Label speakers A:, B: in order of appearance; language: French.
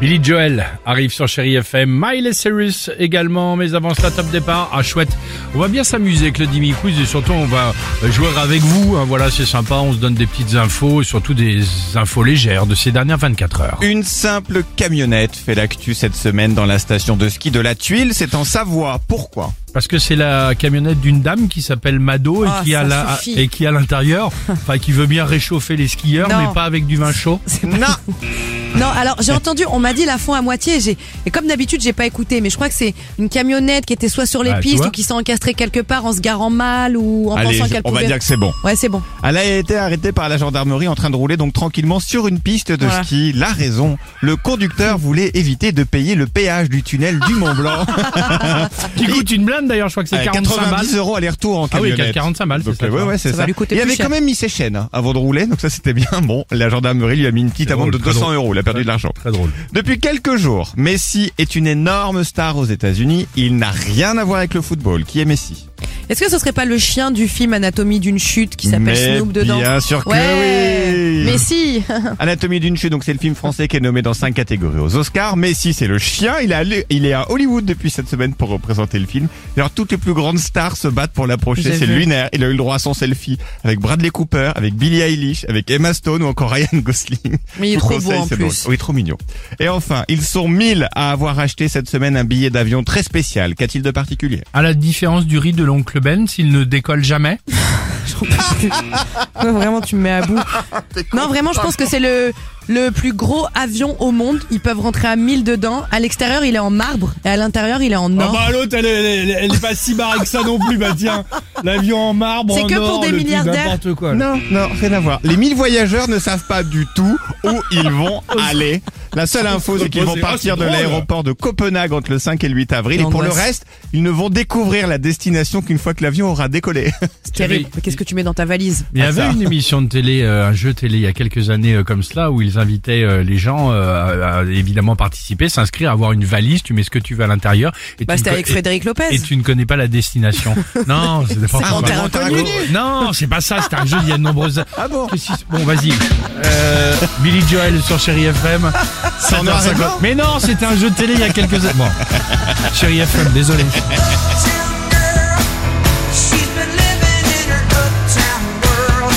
A: Billy Joel arrive sur Chéri FM, Miley Cyrus également, mais avant cela, top départ. Ah, chouette. On va bien s'amuser avec le Dimi Quiz et surtout, on va jouer avec vous. hein. voilà, c'est sympa. On se donne des petites infos, surtout des infos légères de ces dernières 24 heures.
B: Une simple camionnette fait l'actu cette semaine dans la station de ski de la Tuile. C'est en Savoie. Pourquoi
A: Parce que c'est la camionnette d'une dame qui s'appelle Mado et,
C: Ah,
A: qui
C: ça
A: a la-
C: suffit.
A: et qui à l'intérieur, enfin, qui veut bien réchauffer les skieurs,
C: Non.
A: mais pas avec du vin chaud.
B: Non
C: Non, alors j'ai entendu, on m'a dit la fond à moitié. J'ai et comme d'habitude, j'ai pas écouté, mais je crois que c'est une camionnette qui était soit sur les
A: Ah, tu
C: pistes
A: vois.
C: ou qui s'est encastrée quelque part en se garant mal ou en
B: Allez,
C: pensant qu'elle
B: on
C: pouvait.
B: va dire que c'est bon.
C: Ouais, c'est bon.
B: Elle a été arrêtée par la gendarmerie en train de rouler donc tranquillement sur une piste de
C: Voilà.
B: ski. La raison, le conducteur voulait éviter de payer le péage du tunnel du Mont Blanc.
A: Qui coûte une blinde d'ailleurs, je crois que c'est
B: Euh,
A: 45 balles.
B: 90 euros aller-retour en
A: Ah oui,
B: camionnette.
A: 45 balles,
B: Donc,
A: c'est ça,
B: euh, ouais, ouais, c'est
C: Ça va lui coûter
B: Il
C: plus
B: avait
C: cher.
B: quand même mis ses chaînes hein, avant de rouler, donc ça c'était bien. Bon, la gendarmerie lui a mis une petite
A: C'est
B: amende
A: drôle,
B: de
A: très
B: 200
A: drôle.
B: euros. Il a perdu de l'argent.
A: Très drôle.
B: Depuis quelques jours, Messi est une énorme star aux États-Unis. Il n'a rien à voir avec le football. Qui est Messi
C: Est-ce que ce serait pas le chien du film Anatomie d'une chute qui s'appelle
B: Mais
C: Snoop dedans
B: Bien sûr que
C: Ouais.
B: oui.
C: Mais si.
B: Anatomie d'une chute, donc c'est le film français qui est nommé dans cinq catégories aux Oscars. Messi, c'est le chien. Il est, allé- il est à Hollywood depuis cette semaine pour représenter le film. Alors toutes les plus grandes stars se battent pour l'approcher.
C: J'ai
B: C'est
C: vu.
B: lunaire. Il a eu le droit à son selfie avec Bradley Cooper, avec Billie Eilish, avec Emma Stone ou encore Ryan Gosling.
C: Mais il est
B: Je vous
C: trop beau
B: conseille,
C: en
B: c'est
C: plus.
B: drôle. Oui, trop mignon. Et enfin, ils sont 1000 à avoir acheté cette semaine un billet d'avion très spécial. Qu'a-t-il de particulier
A: À la différence du riz de l'oncle Ben, s'il ne décolle jamais.
C: Non, vraiment, tu me mets à bout. non, vraiment, je pense que c'est le le plus gros avion au monde. Ils peuvent rentrer à 1000 dedans. À l'extérieur, il est en marbre et à l'intérieur, il est en or.
A: Ah bah, l'autre, elle, est pas si barrée que ça non plus, bah tiens. L'avion en marbre,
C: C'est en que pour or, des le truc, milliardaires. n'importe
A: quoi.
B: Non, non, rien à voir. Les 1000 voyageurs ne savent pas du tout où ils vont aller. La seule info, c'est qu'ils vont
A: Ah, c'est
B: partir de
A: drôle.
B: l'aéroport de Copenhague entre le 5 et le 8 avril. Et pour le
C: L'angoisse.
B: reste, ils ne vont découvrir la destination qu'une fois que l'avion aura décollé.
C: C'est terrible. Mais Qu'est-ce que tu mets dans ta valise
A: Il y
B: Ah,
A: avait
B: ça.
A: une émission de télé, euh, un jeu télé il y a quelques années euh, comme cela, où ils invitaient euh, les gens euh, à, à évidemment participer, s'inscrire, avoir une valise, tu mets ce que tu veux à l'intérieur. et
C: Bah,
A: tu
C: c'était
A: ne co-
C: avec
A: et-
C: Frédéric
A: Et,
C: Lopez.
A: tu ne connais pas la destination. non, c'est pas
C: en terre inconnue.
A: Non, c'est pas ça, c'était un jeu, il y a de nombreuses...
B: Ah bon
A: Qu'est-ce qui se- Bon, vas-y. Euh, Billy Joel sur Chéri FM.
B: en noir et blanc
A: Mais non, c'était un jeu de télé il y a quelques années. Bon. Chéri FM, désolé.
D: She's been living in her uptown world.